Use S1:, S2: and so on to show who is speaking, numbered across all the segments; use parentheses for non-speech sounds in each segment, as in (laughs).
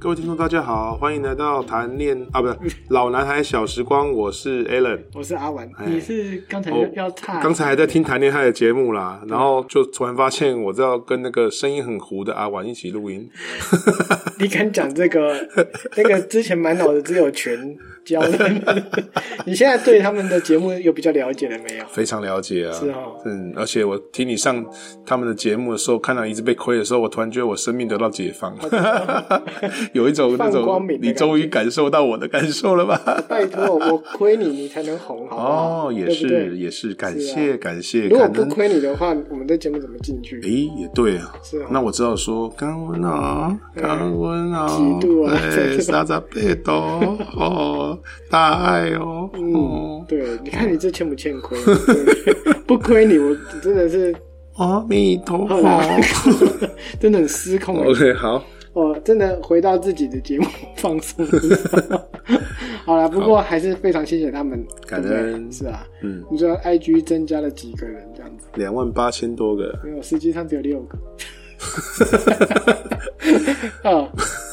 S1: 各位听众，大家好，欢迎来到谈恋啊，不是
S2: (laughs)
S1: 老男孩小时光，我是 Alan。
S2: 我是阿文，
S1: 哎
S2: 你是刚才
S1: 哦
S2: 要要踏，
S1: 刚才还在听谈恋爱的节目啦，
S2: 嗯
S1: 然后就突然发现我要跟那个声音很糊的阿婉一起录
S2: (laughs)
S1: 音，
S2: 你敢讲这
S1: (laughs)
S2: 个？那个之前满脑子只有拳交的， (laughs) 你现在对他们的节目有比较了解了没有？
S1: 非常了解啊。
S2: 是哦
S1: 嗯，而且我听你上他们的节目的时候，看到你一直被亏的时候，我突然觉得我生命得到解
S2: (laughs)
S1: 放，有一种那
S2: 放光
S1: 种
S2: 明的感觉
S1: 你终于感受到我的感受了吧？
S2: 拜托，我亏你，你才能红，好不好？
S1: 哦，也
S2: 啊对不
S1: 是
S2: 对
S1: 也是，感
S2: 是啊
S1: 谢、感谢，
S2: 如果
S1: 感
S2: 不
S1: 恩。
S2: 亏你的话，我们的节目怎么进去？
S1: 诶，也对啊。
S2: 是啊
S1: 那我知道说，干温啊，干温啊，
S2: 几度啊
S1: 哎，沙扎贝多，哦，大爱哦，
S2: 嗯
S1: 哦，
S2: 对，你看你这欠不欠亏？对不对不亏你，我真的是
S1: 阿弥陀
S2: 后
S1: 佛。
S2: 来
S1: 哦
S2: (laughs) 真的很失控。啊 (laughs)
S1: OK，好，
S2: 我哦真的回到自己的节目放松的时候。好了，不过还是非常谢谢他们，
S1: 感
S2: 对不对
S1: 恩
S2: 是啊，
S1: 嗯，
S2: 你知道 IG 增加了几个人这样子？
S1: 两万八千多个，
S2: 没有，实际上只有六
S1: (laughs)
S2: 个。啊，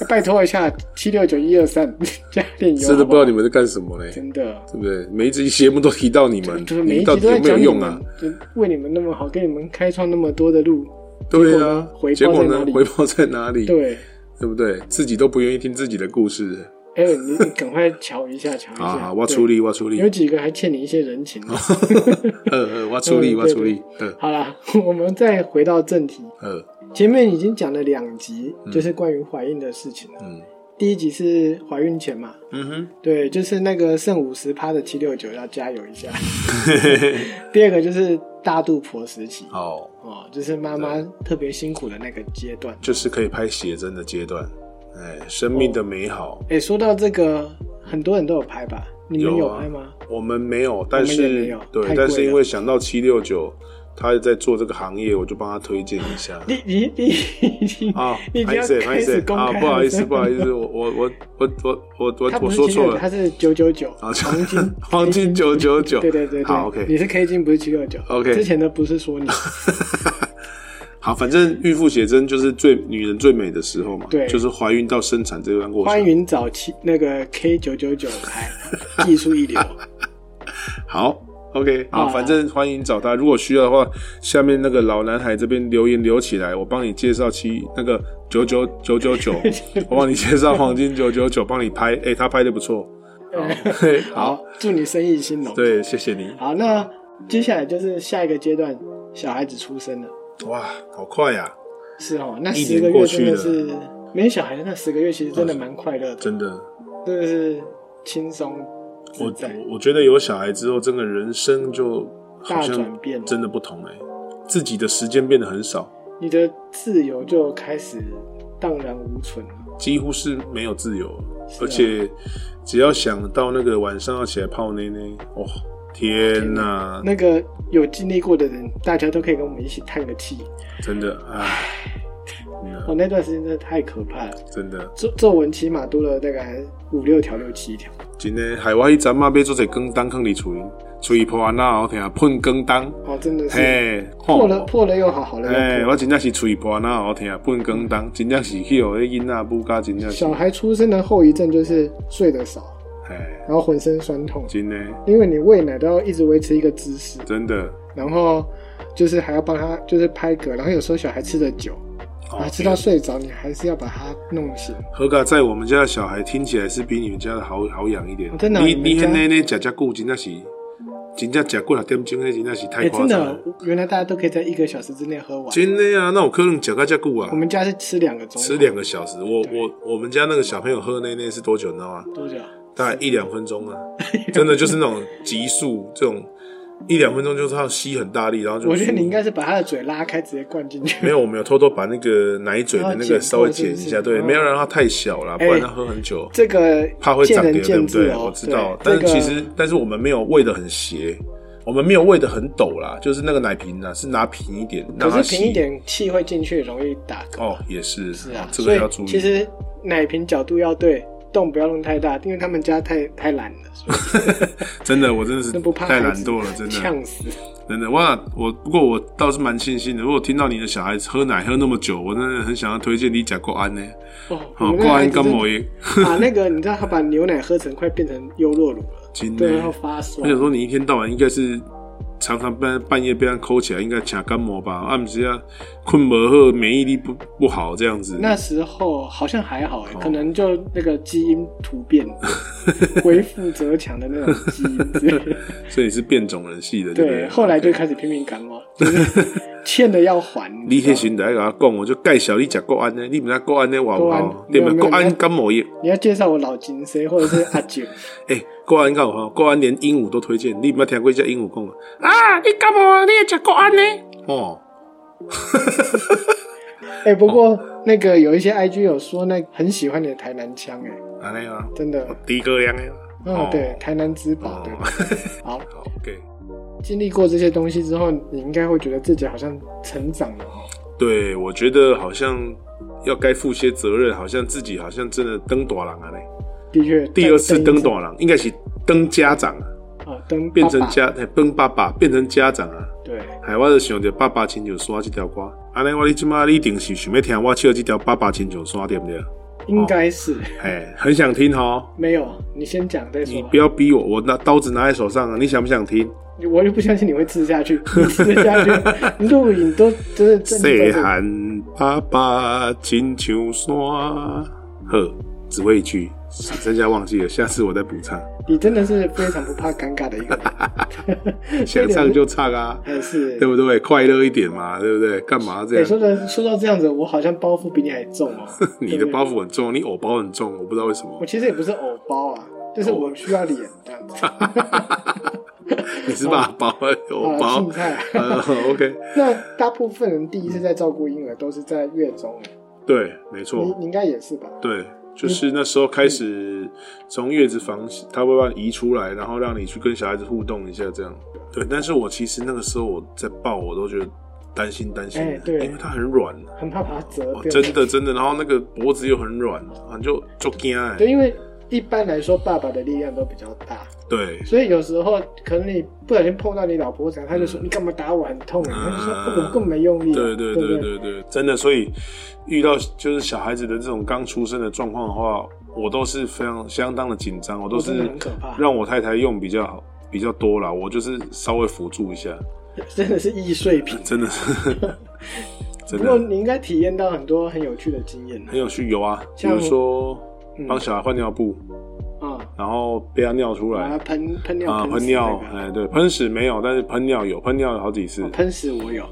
S2: 拜托一下，七六九一二三加点油，
S1: 真的
S2: 好
S1: 不知
S2: 好
S1: 道你们在干什么嘞，
S2: 真的。
S1: 对不对？每一集节目都提到你们，
S2: 啊 (laughs) 就是
S1: 你
S2: 每一
S1: 们到
S2: 集
S1: 底
S2: 都在
S1: 有没有
S2: 讲你
S1: 用
S2: 们，
S1: 啊？
S2: 就为你们那么好，给你们开创那么多的路，
S1: 对啊，结
S2: 结
S1: 果
S2: 果呢
S1: 呢？回
S2: 回
S1: 报在哪里？
S2: 对，
S1: 对不对？自己都不愿意听自己的故事
S2: 哎，你你赶快瞧一下，瞧一
S1: 啊！
S2: 下，
S1: 我
S2: 对
S1: 处理，我处理
S2: 有，几个还欠你一些人情呢。
S1: 呃呃，我处理，
S2: 嗯
S1: 我处理，呃
S2: 好啦， (laughs) 我们再回到正题。
S1: 呃，
S2: 前面已经讲了两集，就是关于怀孕的事情了。
S1: 嗯
S2: 第一集是怀孕前嘛，
S1: 嗯哼。
S2: 对，就是那个剩五十趴的七六九要加油一
S1: (laughs)
S2: 下。第二个就是大肚婆时期
S1: 哦，
S2: 哦，就是妈妈特别辛苦的那个阶段。
S1: 就是可以拍写真的阶段，哎，生命的美好。
S2: 哎，说到这个，很多人都有拍吧？你们
S1: 有
S2: 有
S1: 啊
S2: 拍吗？
S1: 我们没有，但
S2: 我们也
S1: 是
S2: 没有太
S1: 对，
S2: 贵
S1: 但是因
S2: 了
S1: 为想到七六九，他在做这个行业，我就帮他推荐一下。
S2: 你你你已经
S1: 啊，
S2: 你已经
S1: 拍
S2: 要
S1: 摄
S2: 开
S1: 拍
S2: 始
S1: 摄
S2: 公
S1: 啊，
S2: 开
S1: 不好意思，
S2: 了
S1: 不好意思，我我我我我我我
S2: 他
S1: 我
S2: 不是
S1: 说
S2: 七
S1: 错
S2: 六九，
S1: 了
S2: 他是九九九
S1: 啊，
S2: 黄金
S1: (laughs) 黄金九九九，
S2: 对对对对，
S1: 好
S2: 你
S1: ，OK，
S2: 是 K 金不是七六九
S1: OK
S2: 之前的不是
S1: (laughs)
S2: 说你，
S1: 好，反正孕妇写真就是最女人最美的时候嘛，
S2: 对
S1: 就是怀孕到生产这段过
S2: 欢
S1: 程。
S2: 迎找七那个 K 九九九拍，技术
S1: (laughs)
S2: 一流，
S1: 好，OK，好，
S2: 啊
S1: 反正欢迎找他。如果需要的话，下面那个老男孩这边留言留起来，我帮你介绍七那个九九九九
S2: (laughs)
S1: 九，我帮你介绍黄金九九九，帮你拍。哎、他拍的不
S2: (laughs)
S1: 错。好嘿好，，
S2: 祝你生意兴隆。
S1: 对，谢谢你。
S2: 好，那接下来就是下一个阶段，小孩子出生了，
S1: 哇，好快啊呀、
S2: 是哦，那
S1: 一
S2: 十个
S1: 年过
S2: 月
S1: 去
S2: 真的
S1: 了
S2: 是没小孩的那十个月，其实真的蛮快乐的，
S1: 真的。
S2: 真的是轻松自
S1: 我
S2: 在，
S1: 我我觉得有小孩之后，真的人生就好
S2: 大
S1: 像
S2: 转变
S1: 真的不同哎、自己的时间变得很少，
S2: 你的自由就开始荡然无存了。
S1: 几乎是没有自由了，
S2: 啊
S1: 而且只要想到那个晚上要起来泡奶奶，哇、天哪、
S2: 那个有经历过的人，大家都可以跟我们一起叹个气。
S1: 真的，唉，
S2: 我、那段时间真的太可怕了，
S1: 真的，
S2: 皱皱纹起码多了大概五六条、六七条。
S1: 今天海外一阵嘛，要做者光当坑里吹，吹破安那好听，喷光当，
S2: 哦，真的是
S1: 嘿，
S2: 破了破了又好，好了
S1: 哎、
S2: 又破。
S1: 我真正是吹破那好听，喷光当，真正是去哦，那囡仔不加真正是
S2: 小，孩出生的后遗症就是睡得少，
S1: 哎，
S2: 然后浑身酸痛，
S1: 真的，
S2: 因为你喂奶都要一直维持一个姿势，
S1: 真的，
S2: 然后就是还要帮他就是拍嗝，然后有时候小孩吃的久，
S1: 哦
S2: 啊，吃到睡着，你还是要把他弄醒。
S1: 何嘎在我们家的小孩听起来是比你们家的好好养一点
S2: 哦。真的啊
S1: 你
S2: 你们
S1: 你
S2: 家
S1: 那奶奶假假顾真的是，真正假过了点钟，那真的是
S2: 哎、
S1: 太夸
S2: 真
S1: 张
S2: 的
S1: 了。，
S2: 原来大家都可以在一个小时之内喝完。
S1: 真的啊，那我可能假个假顾啊
S2: 我，们家是吃两个钟头，
S1: 吃两个小时。我我我们家那个小朋友喝奶奶是多久你知道吗？
S2: 多久？啊
S1: 大概一两分钟啊，真的就是那种急速这种一两分钟就是要吸很大力，然后就
S2: (laughs) 我觉得你应该是把他的嘴拉开，直接灌进去。
S1: (laughs) 没有，我们有偷偷把那个奶嘴的那个稍微剪一下，
S2: 要剪破是不
S1: 对，
S2: 是
S1: 没有让它太小了，不然它喝很久。
S2: 这个
S1: 怕会
S2: 见
S1: 长
S2: 仁
S1: 点，对
S2: 见
S1: 不
S2: 智
S1: 对？
S2: 哦，
S1: 我知道，但
S2: 对
S1: 是其实，但是我们没有喂的很斜，我们没有喂的很陡啦，就是那个奶瓶啊，是拿平一点，
S2: 这
S1: 让
S2: 个
S1: 它
S2: 可是
S1: 洗
S2: 平一点气会进去，容易打嗝。
S1: 哦，也是，
S2: 是啊，
S1: 这个要注意。
S2: 所以其实奶瓶角度要对，洞不要弄太大，因为他们家太太懒了，所以
S1: 真的，我真的是
S2: 真不怕
S1: 太
S2: 孩
S1: 懒 (laughs)
S2: 子
S1: 惰了，真的。
S2: 呛死。
S1: 真的哇！我不过我倒是蛮庆幸的，如果听到你的小孩喝奶喝那么久，我真的很想要推荐你甲过安呢。
S2: 哦，
S1: 好，
S2: 我们
S1: 过
S2: 那孩
S1: 安
S2: 子
S1: 跟
S2: 真
S1: 某一，
S2: 把那个你知道他把牛奶喝成快变成优酪乳了，
S1: 真的
S2: 对，然后发
S1: 我
S2: 酸
S1: 嗯想。说你一天到晚应该是常常半半夜被人抠起来，应该卡干毛吧？啊，不是啊，困不好，免疫力不不好这样子。
S2: 那时候好像还好、欸，可能就那个基因突
S1: (laughs)
S2: 变，为富则强的那种基因之类的。
S1: (laughs) 所以你是变种人系的，对不
S2: 对，
S1: 对？
S2: 后来就开始拼命感冒，就是
S1: (laughs)
S2: 欠的要还。
S1: 你迄时在甲我讲，我就介绍你食国安呢，你毋知国安呢话有
S2: 国安
S1: 效，对毋对？
S2: 没有没有
S1: 国安
S2: 人家
S1: 感冒药，
S2: 你要介绍我老金谁或者是阿
S1: (laughs)
S2: 九？
S1: 诶、哎国安敢有效？国安连鹦鹉都推荐，你毋捌听过一只鹦鹉讲啊？啊，你感冒啊，你会食国安呢？哦，
S2: 哎、不过那个有一些 IG 有说那很喜欢你的台南腔，哎，
S1: 安尼啊，
S2: 真的，
S1: 猪哥样诶，
S2: 嗯，对，台南之宝，
S1: 哦
S2: 对，， (laughs) 好。
S1: 好，OK，
S2: 经历过这些东西之后，你应该会觉得自己好像成长了哦。
S1: 对，我觉得好像要该负些责任，好像自己好像真的登大人啊嘞，
S2: 的确，
S1: 第二次登
S2: 懂
S1: 大人应该是登家长啊，
S2: 啊，登
S1: 变成
S2: 爸爸，
S1: 家，诶登爸爸变成家长啊。
S2: 对，
S1: 哎，我就想着爸爸亲像山这条歌，安尼我你即马你一定是想要听我唱这条爸爸亲像山对不对？
S2: 应该是
S1: 哎，很想听哦，
S2: 没有。你先讲再说
S1: 你。不要逼我，我拿刀子拿在手上啊，你想不想听
S2: 我就不相信你会吃下
S1: (laughs)
S2: 去，你吃下去，录影都真的正
S1: 细
S2: 经
S1: 汉爸爸亲像山，呵，只会一句，剩下忘记了，下次我再补唱，
S2: 你真的是非常不怕尴尬的一个人。
S1: 想唱就唱啊，
S2: 还是
S1: 对不对？快乐一点嘛，对不对？啊干嘛这
S2: 你
S1: 样？
S2: 说的说到这样子，我好像包袱比你还重哦。
S1: (laughs) 你的包
S2: 袱，
S1: 袱很重，你偶包很重，我不知道为什么
S2: 我，其实也不是偶包啊，就是我需要脸这样子。
S1: (laughs) 你是把包 (laughs) 偶
S2: 好了，
S1: 包
S2: 青。菜。
S1: (laughs) 呃，OK，
S2: (laughs) 那大部分人第一次在照顾婴儿都是在月中，欸
S1: 对，没错。
S2: 你你应该也是吧？
S1: 对，就是那时候开始从月子房，他会把你移出来，然后让你去跟小孩子互动一下，这样。对，但是我其实那个时候我在抱，我都觉得担心担心的，
S2: 哎对
S1: 因为它很软、
S2: 很怕把它折
S1: 哦，
S2: 掉。
S1: 真的真的，然后那个脖子又很软，啊，就就惊哎、
S2: 对，因为一般来说爸爸的力量都比较大，
S1: 对，
S2: 所以有时候可能你不小心碰到你老婆这样，她就说你干嘛打我，很痛啊。
S1: 嗯
S2: 他就说我根本没用力啊。
S1: 对对
S2: 对
S1: 对
S2: 不
S1: 对对，真的，所以遇到就是小孩子的这种刚出生的状况的话，我都是非常相当的紧张，我都
S2: 哦真的
S1: 是
S2: 很可怕
S1: 让我太太用比较好比较多啦，我就是稍微辅助一下，
S2: 真的是易碎品。
S1: 真的
S2: (laughs)
S1: 是， (laughs) 真
S2: 不过
S1: 的
S2: 你应该体验到很多很有趣的经验
S1: 很有趣，有啊，比
S2: 像
S1: 如说哎
S2: 嗯
S1: 帮小孩换尿布，
S2: 啊，
S1: 然后被他尿出
S2: 把它
S1: 来
S2: 喷喷
S1: 嗯
S2: 尿
S1: 啊，
S2: 喷
S1: 喷
S2: 死
S1: 尿，
S2: 那个
S1: 哎，对，喷屎没有，但是喷尿有，喷尿了好几次
S2: 哦，喷屎我有，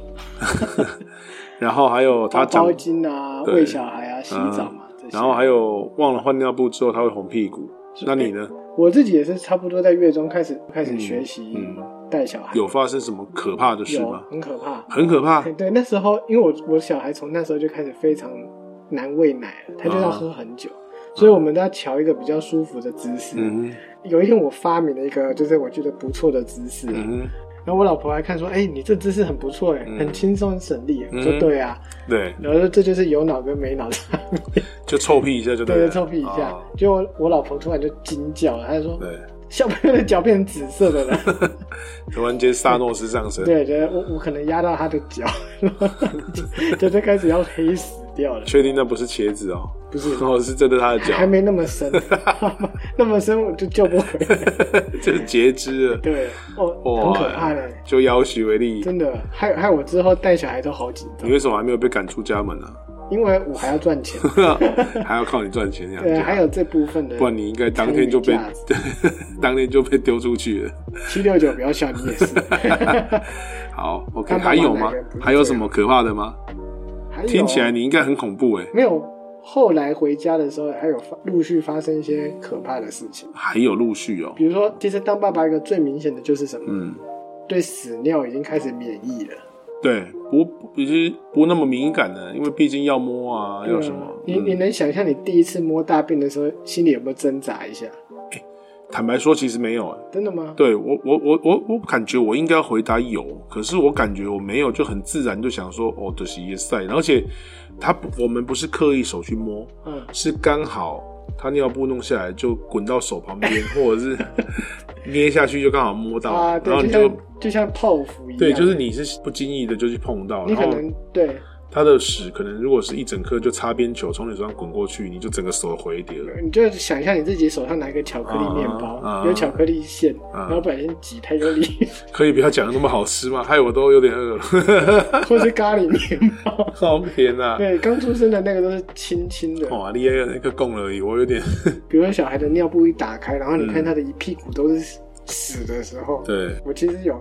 S1: 然后还有他
S2: 哦包
S1: 长
S2: 包，巾啊，
S1: 对嗯
S2: 喂小孩啊，洗澡嘛这些。
S1: 然后还有忘了换尿布之后他会红屁股，那
S2: 哎
S1: 你呢？
S2: 我自己也是差不多在月中开始开始学习
S1: 嗯
S2: 带小孩，
S1: 有发生什么可怕的事
S2: 有
S1: 吗？
S2: 很可怕。
S1: 很可怕，
S2: 对，那时候因为我我小孩从那时候就开始非常难喂奶了，他
S1: 啊
S2: 就要喝很久，所以我们都要调一个比较舒服的姿势。
S1: 嗯
S2: 有一天我发明了一个就是我觉得不错的姿势，
S1: 嗯，
S2: 然后我老婆还看说，哎、你这姿势很不错哎，
S1: 嗯
S2: 很轻松很省力。
S1: 嗯
S2: 我说对啊，
S1: 对，
S2: 然后说这就是有脑跟没脑的差别，
S1: 就臭屁一下就
S2: 对
S1: 了，
S2: 对，臭屁一下
S1: 哦。
S2: 结果我老婆突然就惊叫了，她就说
S1: 对，
S2: 小朋友的脚变成紫色的了。
S1: (laughs) 突然间萨诺斯上身，
S2: 对，觉得我我可能压到他的脚， (laughs) 然后就就开始要黑死掉了。
S1: 确定那不是茄子哦，
S2: 不是，
S1: (laughs) 哦，是真的他的脚
S2: 还，没那么深， (laughs) 那么深我就救不回
S1: (laughs)
S2: 来。
S1: 就是截肢了，
S2: 对，哦，
S1: 哇
S2: 很可怕的，
S1: 就要挟为例。
S2: 真的，害害我之后带小孩都好紧张
S1: 你，为什么还没有被赶出家门呢、啊
S2: 因为我还要赚钱，
S1: (laughs) 还要靠你赚钱养
S2: 对，还
S1: 家，
S2: 有这部分的
S1: 不。然你应该当天就被
S2: 参与价
S1: (laughs) 当天就被丢出去了。
S2: 七六九不要笑，你也
S1: (laughs)
S2: 是。
S1: 好，OK，
S2: 当爸爸
S1: 还有吗
S2: 的人不是这？样
S1: 还有什么可怕的吗？
S2: 还有啊
S1: 听起来你应该很恐怖哎、
S2: 没有。后来回家的时候，还有发陆续发生一些可怕的事情，
S1: 还有陆续哦、
S2: 比如说，其实当爸爸一个最明显的就是什么？
S1: 嗯，
S2: 对屎尿已经开始免疫了。
S1: 对，不不，其实不那么敏感的，因为毕竟要摸啊，
S2: 对
S1: 要
S2: 啊
S1: 什么？
S2: 你你
S1: 嗯
S2: 能想象你第一次摸大便的时候，心里有没有挣扎一下？
S1: 坦白说，其实没有、欸。
S2: 真的吗？
S1: 对我，我我我我感觉我应该回答有，可是我感觉我没有，就很自然就想说，哦，这是一赛，而且他不我们不是刻意手去摸，
S2: 嗯，
S1: 是刚好他尿布弄下来就滚到手旁边，或者是捏下去就刚好摸到，
S2: 啊，
S1: 哦然后
S2: 对，
S1: 你
S2: 就
S1: 就
S2: 像就像泡芙一样，
S1: 对，就是你是不经意的就去碰到，
S2: 你
S1: 然
S2: 可
S1: 后
S2: 能对，
S1: 它的屎可能如果是一整颗就擦边球从你手上滚过去，你就整个手回叠了。
S2: 你就想象你自己手上拿一个巧克力面包，
S1: 啊啊
S2: 有巧克力馅，
S1: 啊
S2: 然后不小心挤太多力，
S1: 可以不要讲的那么好吃吗？ (laughs) 害我都有点饿了，(laughs)
S2: (laughs) 或是咖喱面包。
S1: 好甜啊！
S2: 对，刚出生的那个都是轻轻的，
S1: 哇，你也有那个供而已，我有点
S2: 比如说小孩的尿布一打开，然后你看他的一屁股都是屎的时候，
S1: 对，
S2: 我其实有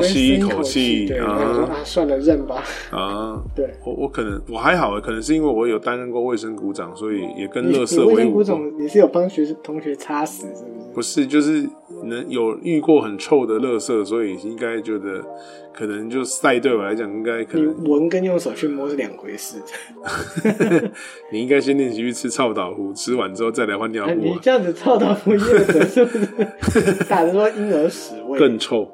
S1: 深
S2: 微
S1: 吸
S2: 吸
S1: 一
S2: 一
S1: 口
S2: 口
S1: 气
S2: 对，然后我说
S1: 啊
S2: 啊，算了，认吧。 (laughs)
S1: 啊！
S2: 对，
S1: 我我可能我还好，可能是因为我有担任过卫生股长，所以也跟
S2: 你
S1: 乐
S2: 你
S1: 色
S2: 卫
S1: 为
S2: 生
S1: 伍
S2: 股
S1: 过。
S2: 总，你是有帮学生同学擦屎是不是？
S1: 不是，就是能有遇过很臭的乐色，所以应该觉得可能就赛对我来讲，应该可
S2: 你
S1: 能
S2: 闻跟用手去摸是两
S1: (laughs)
S2: 回事，
S1: 你应该先练习去吃臭岛糊，吃完之后再来换尿布
S2: 哎你
S1: 啊，
S2: 这样子臭到不业者是不是？
S1: (laughs)
S2: 打着说婴儿屎味，
S1: 更臭。
S2: 哦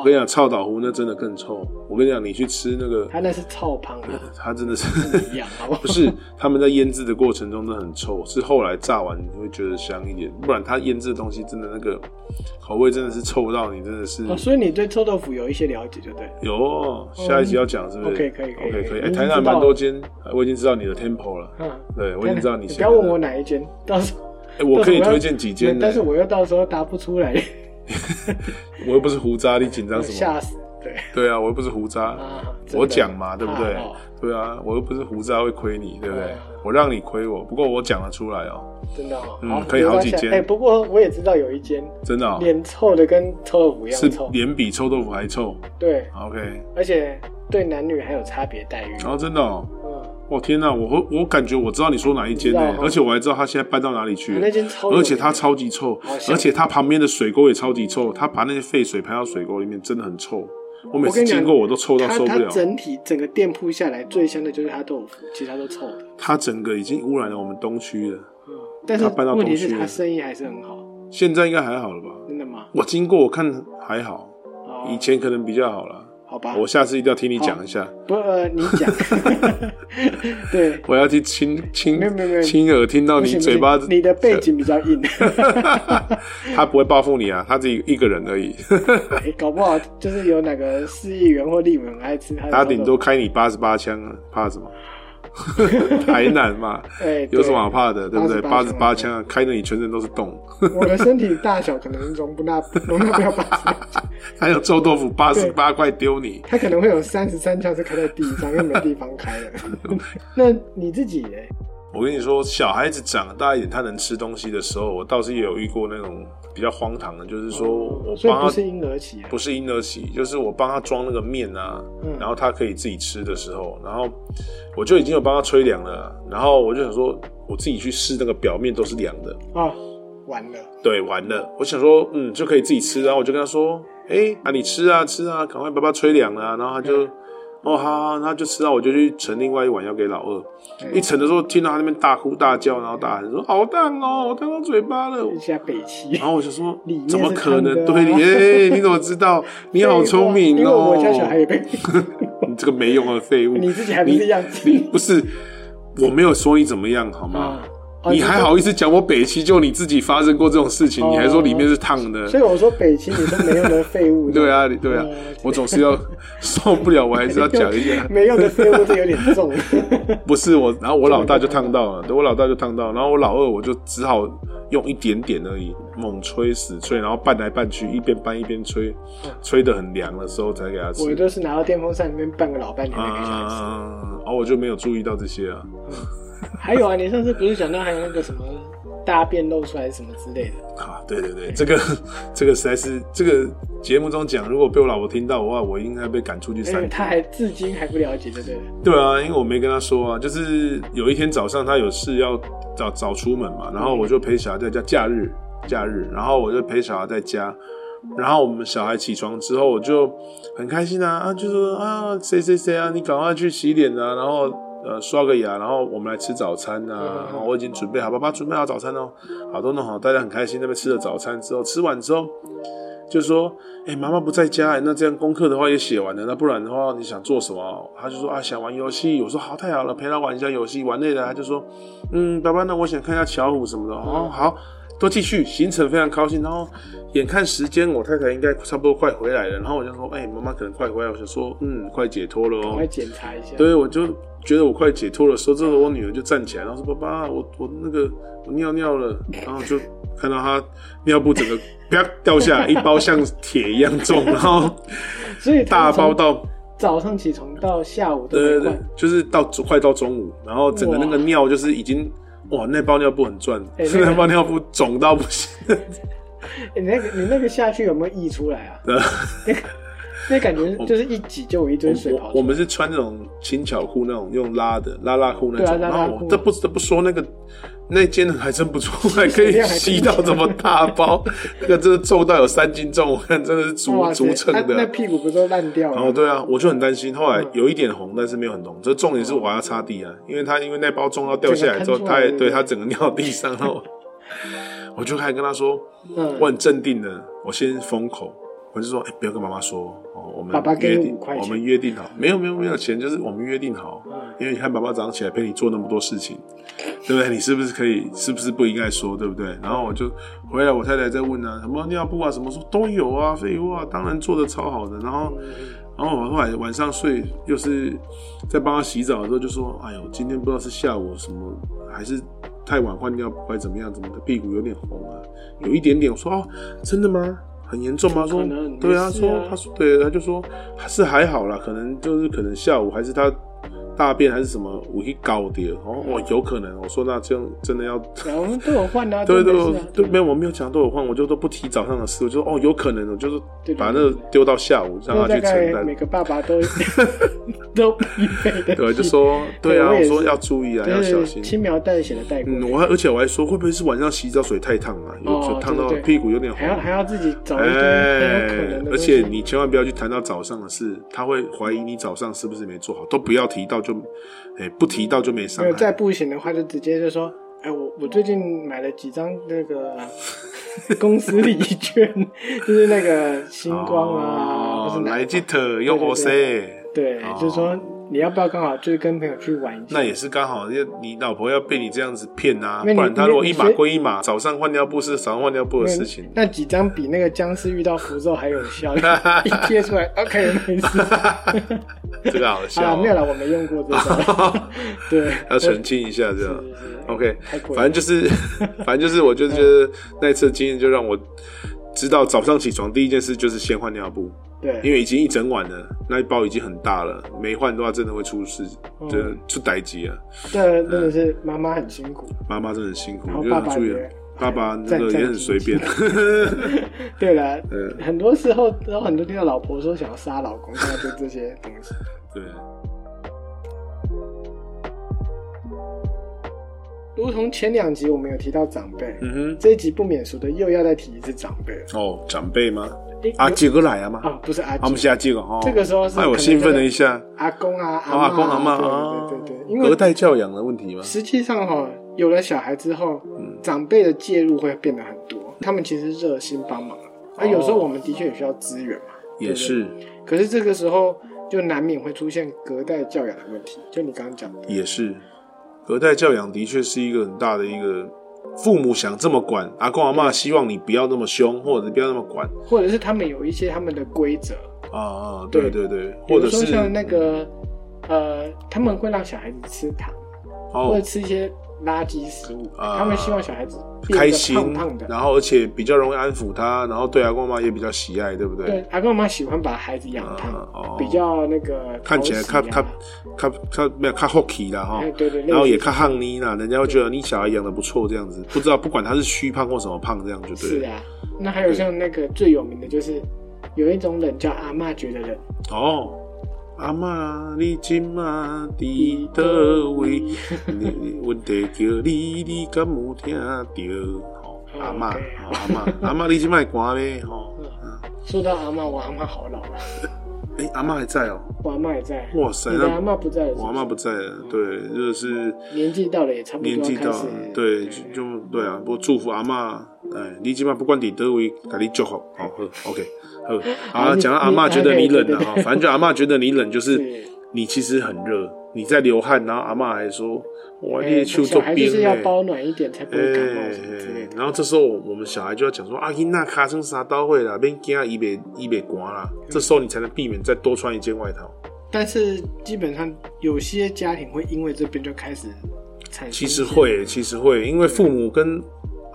S1: 我跟你讲，臭岛糊那真的更臭。我跟你讲，你去吃那个，
S2: 他那是臭胖啊，
S1: 它真的是
S2: 一样啊好不
S1: (laughs)
S2: 好
S1: 不？是他们在腌制的过程中真的很臭，是后来炸完你会觉得香一点，不然它腌制的东西真的那个口味真的是臭到你真的是
S2: 哦，所以你对臭豆腐有一些了解，就对了。
S1: 有哦。下一集要讲是不是
S2: OK，可以嗯可以
S1: OK 可以。
S2: 可以
S1: 哎，
S2: 已经
S1: 台南
S2: 知道
S1: 蛮
S2: 了
S1: 多间，呃我已经知道你的 tempo 了。
S2: 嗯，
S1: 对，我已经知道你
S2: 你
S1: 现在
S2: 不要
S1: 的。
S2: 问我哪一间，到时候
S1: 哎，我可以
S2: 到时候
S1: 推荐几间呢
S2: 但是我又到时候答不出来，
S1: 我又不是胡渣，你紧张什么？
S2: 吓死。对
S1: 对啊，我又不是胡渣，
S2: 啊，真的
S1: 我讲嘛，对不对
S2: 啊哦？
S1: 对啊，我又不是胡渣会亏你，对不对
S2: 啊？
S1: 我让你亏我，不过我讲得出来哦，
S2: 真的哦，
S1: 嗯
S2: 好
S1: 可以好几间
S2: 没关系啊哎，不过我也知道有一间
S1: 真的哦，
S2: 脸臭的跟臭豆腐一
S1: 是
S2: 样臭，
S1: 脸比臭豆腐还臭。
S2: 对，
S1: OK，
S2: 而且对男女还有差别待遇。
S1: 然后真的哦。
S2: 嗯，
S1: 我天哪，我我感觉我知道你说哪一间呢、欸
S2: 知道哦
S1: 而且我还知道他现在搬到哪里去了
S2: 那间超有
S1: 嗯
S2: 名
S1: 而且它超级臭
S2: 好，香
S1: 而且它旁边的水沟也超级臭，他把那些废水排到水沟里面，真的很臭。我每
S2: 我跟
S1: 次
S2: 你讲
S1: 经过我都臭到
S2: 它
S1: 受不
S2: 它
S1: 了。
S2: 整体整个店铺下来最香的就是它豆腐，其他都臭的。
S1: 它整个已经污染了我们东区了，
S2: 嗯，但是
S1: 它搬到
S2: 问题
S1: 东区
S2: 是
S1: 了
S2: 它生意还是很好，
S1: 现在应该还好了吧？
S2: 真的吗？
S1: 我经过我看还好，
S2: 哦
S1: 以前可能比较好啦。
S2: 好吧，
S1: 我下次一定要听你讲一下，
S2: 不呃，你
S1: (laughs)
S2: 讲， (laughs) 对，
S1: 我要去亲亲
S2: 没有没有没有
S1: 亲耳听到
S2: 不
S1: 你
S2: 行
S1: 嘴巴
S2: 不，行你的背景比较硬，
S1: 他不会报复你啊，他自己一个人而已。
S2: 哎搞不好就是有哪个市议员或立委很爱吃它
S1: (laughs)
S2: 的
S1: 他
S2: 臭豆腐，
S1: 顶多开你八十八枪啊，怕什么？ (laughs) 台南
S2: (laughs)
S1: 嘛，
S2: 哎，对
S1: 有什么好？怕的，对不对？八十八
S2: 88
S1: 枪啊，开的你全身都是洞， (laughs)
S2: 我的身体大小可能容不纳容纳不了八十，
S1: 还有臭豆腐八十八块丢你。
S2: 它可能会有三十三枪是开在地上，因为没地方开了。 (laughs) 那你自己嘞？
S1: 我跟你说，小孩子长大一点，他能吃东西的时候，我倒是也有遇过那种比较荒唐的，就是说我
S2: 所以
S1: 帮
S2: 不
S1: 他
S2: 是婴儿期啊，
S1: 不是婴儿洗，就是我帮他装那个面啊，
S2: 嗯
S1: 然后他可以自己吃的时候，然后我就已经有帮他吹凉了，然后我就想说，嗯我自己去试那个表面都是凉的，
S2: 啊，完了，
S1: 对，完了，我想说，嗯，就可以自己吃，然后我就跟他说，哎、啊，你吃啊，吃啊，赶快把爸吹凉了啊、然后他
S2: 嗯
S1: 就，哦，好好，好那就吃啊，我就去盛另外一碗要给老二，
S2: 哎
S1: 一盛的时候听到他那边大哭大叫，然后大喊说，好烫哦，我烫到嘴巴
S2: (laughs)
S1: 了。
S2: 一下北齐
S1: 然。后我就说嗯
S2: 里面，
S1: 怎么
S2: 是
S1: 可能？
S2: 烫 (laughs) 的啊
S1: 对，耶、你怎么知道？你好聪明
S2: 因为
S1: 哦！
S2: 我家小孩也被，
S1: (laughs) 你这个没用的废物，
S2: 你自己还不是一样吃
S1: 你不是，我没有说你怎么样，好吗？
S2: 哦
S1: 啊你还好意思讲我北七就你自己发生过这种事情，
S2: 哦
S1: 你还说里面是烫的？
S2: 所以我说北齐你是没用的废物。
S1: 对，啊，你对啊
S2: 哦，
S1: 我总是要受不了，我还是要讲一
S2: (laughs)
S1: 下。
S2: 没用的废物这有点
S1: (laughs)
S2: 重。
S1: 不是我，然后我老大就烫到了，对我老大就烫到，然后我老二我就只好用一点点而已，猛吹死吹，然后拌来拌去，一边拌一边吹，吹得很凉的时候才给他吃。
S2: 嗯我都是拿到电风扇里面拌个老半天才给小孩吃。
S1: 啊，然后我就没有注意到这些啊。
S2: 还有啊，你上次不是讲到还有那个什么大便露出来什么之类的？
S1: 啊，对对 (laughs) 对，这个这个实在是这个节目中讲，如果被我老婆听到的话，我应该被赶出去
S2: 因为
S1: 三
S2: 他还至今还不了解，对不对？
S1: 对啊，因为我没跟她说啊，就是有一天早上她有事要早早出门嘛，然后我就陪小孩在家，假日假日，然后我就陪小孩在家。然后我们小孩起床之后，我就很开心啊，啊，就说啊，谁谁谁啊，你赶快去洗脸啊，然后呃刷个牙，然后我们来吃早餐啊。
S2: 嗯
S1: 然后我已经准备好，爸爸准备好早餐哦，好都弄好，大家很开心。那边吃了早餐之后，吃完之后就说，哎、妈妈不在家、那这样功课的话也写完了，那不然的话你想做什么？他就说啊，想玩游戏。我说好，太好了，陪他玩一下游戏，玩累了他就说，嗯，爸爸，那我想看一下巧虎什么的。哦，好，都继续行程，非常高兴。然后眼看时间，我太太应该差不多快回来了，然后我就说，哎、妈妈可能快回来，我想说，嗯，快解脱了
S2: 赶
S1: 哦
S2: 快。检查一下。
S1: 对，我就觉得我快解脱的时候，这时候我女儿就站起来，然后说：“爸爸，我我那个我尿尿了。”然后就看到她尿布整个啪掉下来，一包像铁一样重，然后
S2: 所以他
S1: 大
S2: 们从
S1: 包到
S2: 早上起床到下午都
S1: 对对
S2: 没
S1: 对
S2: 换。，
S1: 就是到快到中午，然后整个那个尿就是已经哇，那包尿布很赚，
S2: 哎那
S1: (laughs)
S2: 个
S1: 那包尿布肿到不行。
S2: 哎你那个你那个下去有没有溢出来啊？那感觉就是一挤就有一堆水跑
S1: 我
S2: 出
S1: 我
S2: 来。
S1: 们是穿那种轻巧裤，那种用拉的拉拉裤那
S2: 对啊
S1: 种。
S2: 拉
S1: 然
S2: 拉
S1: 后
S2: 裤
S1: 我这不得不说，那个 (laughs) 那间还真不错，还可以
S2: 量还真
S1: 吸到这么大包， (laughs) 那个真的重到有三斤重，我看真的是足
S2: 哇塞
S1: 足称
S2: 那那嗯
S1: 的。
S2: 屁股不都烂掉
S1: 然后
S2: 了？
S1: 对啊，我就很担心，后来有一点红，但是没有很红。这重点是我要擦地啊，因为他因为那包重到掉下来之后，
S2: 整个喷出
S1: 他
S2: 来
S1: 也
S2: 对不
S1: 对
S2: 对
S1: 他整个尿地上，然后我我就开始跟他说，
S2: 嗯
S1: 我，很镇定的，我先封口，我就说，哎、不要跟妈妈说哦，我们
S2: 爸爸给
S1: 约
S2: 你
S1: 定
S2: 5块钱
S1: 我们约定好，没有没有没有钱，就是我们约定好，
S2: 嗯
S1: 因为你看爸爸早上起来陪你做那么多事情，对不对？你是不是可以，是不是不应该说，对不对？然后我就回来，我太太在问啊，什么尿布啊，什么说都有啊，废话，当然做的超好的，然后。然后我后来晚上睡，又是在帮他洗澡的时候，就说：“哎呦，今天不知道是下午什么，还是太晚换尿布，还是怎么样，怎么的，屁股有点红啊，有一点点。”我说：“哦，真的吗？很严重吗？”他说
S2: 可能：“
S1: 对啊。”
S2: 没事
S1: 说
S2: 啊
S1: 他说：“对。”他就说：“是还好啦，可能就是可能下午还是他大便还是什么，我去搞的。”哦，我有可能。我说：“那这样真的要
S2: 然后都有换啊，
S1: 对对
S2: 都没事啊
S1: 对，没有，我没有讲都有换，我就都不提早上的事，我就说哦，有可能，我就是
S2: 对对
S1: 把那
S2: 对
S1: 个丢到下午，让
S2: 那
S1: 他
S2: 大
S1: 去承
S2: 概
S1: 担
S2: 每。个爸爸都 (laughs) 都必备的技能。
S1: (laughs) 对，就说对啊，
S2: (laughs) 对我
S1: 我
S2: 也是
S1: 说要注意啊，
S2: 对
S1: 要
S2: 对
S1: 小
S2: 对
S1: 心。
S2: 轻描淡写的带过，
S1: 嗯，我还而且我还说，会不会是晚上洗澡水太烫了、有
S2: 哦
S1: 就烫到
S2: 对对对
S1: 屁股有点红
S2: 还。要还要自己找一堆很有可
S1: 哎
S2: 能的，
S1: 而
S2: 东西。
S1: 且你千万不要去谈到早上的事，他会怀疑你早上是不是没做好，都不要提到就，哎，不提到就没上
S2: 没有再
S1: 来。
S2: 不行的话，就直接就说，哎，我我最近买了几张那
S1: (laughs)
S2: 个公司礼券， (laughs) 就是那个星光啊，或
S1: 哦
S2: 是，哪
S1: 来吉特
S2: 对
S1: 用
S2: 对
S1: O C，
S2: 对，就是说你要不要刚好就是跟朋友去玩一下
S1: 那？也是刚好，因为你老婆要被你这样子骗啊，
S2: 那你
S1: 不然她如果一码
S2: 你
S1: 归一码，早上换尿布是早上换尿布的事情。
S2: 那几张比那个僵尸遇到符咒还有效，
S1: (laughs)
S2: 一贴出来，OK，没事。
S1: 这个好
S2: 好
S1: 笑
S2: 了，
S1: 哦、
S2: 啊没有了，我没用过这个。 (laughs) 对，
S1: 要澄清一下这样。
S2: 是是
S1: OK，
S2: 太贵了
S1: 反正就是， (laughs) 反正就是，我就觉得那次经验就让我知道，早上起床第一件事就是先换尿布，因
S2: 对，
S1: 为已经一整晚了，那一包已经很大了，没换的话真的会出事，
S2: 嗯
S1: 真的出歹疾啊！
S2: 这真的是妈妈很辛苦。
S1: 妈妈真的很辛苦，
S2: 然
S1: 我
S2: 后
S1: 觉得
S2: 爸
S1: 很
S2: 爸
S1: 注意
S2: 也。
S1: 爸爸那
S2: 战
S1: 个
S2: 战
S1: 也很
S2: 兢
S1: 随便，
S2: (laughs) 对了，
S1: 嗯
S2: 很多时候都很多听到老婆说想要杀老公，那就这些东西。
S1: 对，
S2: 如同前两集我们有提到长辈，
S1: 嗯
S2: 这一集不免俗的又要再提一次长辈。
S1: 哼，哦，长辈吗？
S2: 诶
S1: 阿
S2: 有
S1: 杰哥来了吗？
S2: 啊，不是阿
S1: 他
S2: 公
S1: 们，下季了哦，
S2: 这个时候是
S1: 哎，
S2: 可
S1: 我
S2: 能
S1: 兴奋
S2: 就
S1: 了
S2: 是
S1: 一下，
S2: 阿公啊，
S1: 哦阿公阿妈
S2: 妈，
S1: 啊
S2: 对，对对对，因
S1: 隔
S2: 为
S1: 代教养的问题吗？
S2: 实际上哈、有了小孩之后，
S1: 嗯
S2: 长辈的介入会变得很多，他们其实热心帮忙，
S1: 哦
S2: 啊，有时候我们的确也需要资源嘛。
S1: 也是，
S2: 可是这个时候就难免会出现隔代教养的问题，就你刚刚讲的，
S1: 也是，隔代教养的确是一个很大的一个，父母想这么管，阿公阿妈希望你不要那么凶，或者是不要那么管
S2: 或者是他们有一些他们的规则，
S1: 啊啊，对
S2: 对
S1: 对对，
S2: 比
S1: 或
S2: 如
S1: 者
S2: 说
S1: 是
S2: 像那个呃，他们会让小孩子吃糖，或
S1: 哦
S2: 者吃一些垃圾食物，
S1: 啊
S2: 他们希望小孩子变
S1: 开
S2: 得
S1: 心
S2: 胖胖，的。
S1: 然后而且比较容易安抚他，然后对阿公阿妈也比较喜爱，对不
S2: 对
S1: 对？，
S2: 阿公阿妈喜欢把孩子养胖，
S1: 啊哦
S2: 比较那个
S1: 看起来
S2: 讨
S1: 看
S2: 喜啊
S1: 看看看没有看 hockey 啦哈
S2: 哎，对对，
S1: 然后
S2: 类似
S1: 也看汉妮啦，人家会觉得你小孩养的不错这样子，不知道不管他是虚胖或什么胖这样就对
S2: 是
S1: 了。
S2: 啊，那还有像那个最有名的就是有一种人叫阿嬷觉的人，
S1: 哦，阿妈，你今嘛伫倒位？你你问题叫你，你敢有听着？哦阿妈，
S2: OK 哦
S1: 哦阿妈，阿妈，你今麦
S2: (laughs)
S1: 寒咩？吼，
S2: 说到阿嬷，我阿嬷好老啊，
S1: 哎，阿妈还在哦。
S2: 我阿嬷也在，
S1: 哇塞，
S2: 你的阿
S1: 那
S2: 嬷不在了是不是，
S1: 我阿妈不在了，对，就是
S2: 年纪到了也差不多
S1: 年纪
S2: 要
S1: 到
S2: 开始
S1: 了，，对，就就对啊。我祝福阿妈，哎，你今麦不管伫倒位，甲你祝福，好好，OK。好，好
S2: (laughs) 好
S1: 啊，
S2: 你
S1: 讲到阿
S2: 你
S1: 妈觉得你冷了啊
S2: 对
S1: 哈，
S2: 对
S1: 反正就阿妈觉得你冷，就是
S2: 对
S1: 你其实很热，你在流汗，然后阿嬷还说我
S2: 哎
S1: 列秋
S2: 小
S1: 做
S2: 孩
S1: 冰欸
S2: 就是要
S1: 嘞
S2: 包暖一点才不会感冒什么之类的。
S1: 然后这时候我们小孩就要讲说啊，囡那卡成啥刀会啦，边惊啊伊袂伊袂寒啦。
S2: 嗯
S1: 这时候你才能避免再多穿一件外套。
S2: 但是基本上有些家庭会因为这边就开始产生，
S1: 其实会，其实会，因为父母跟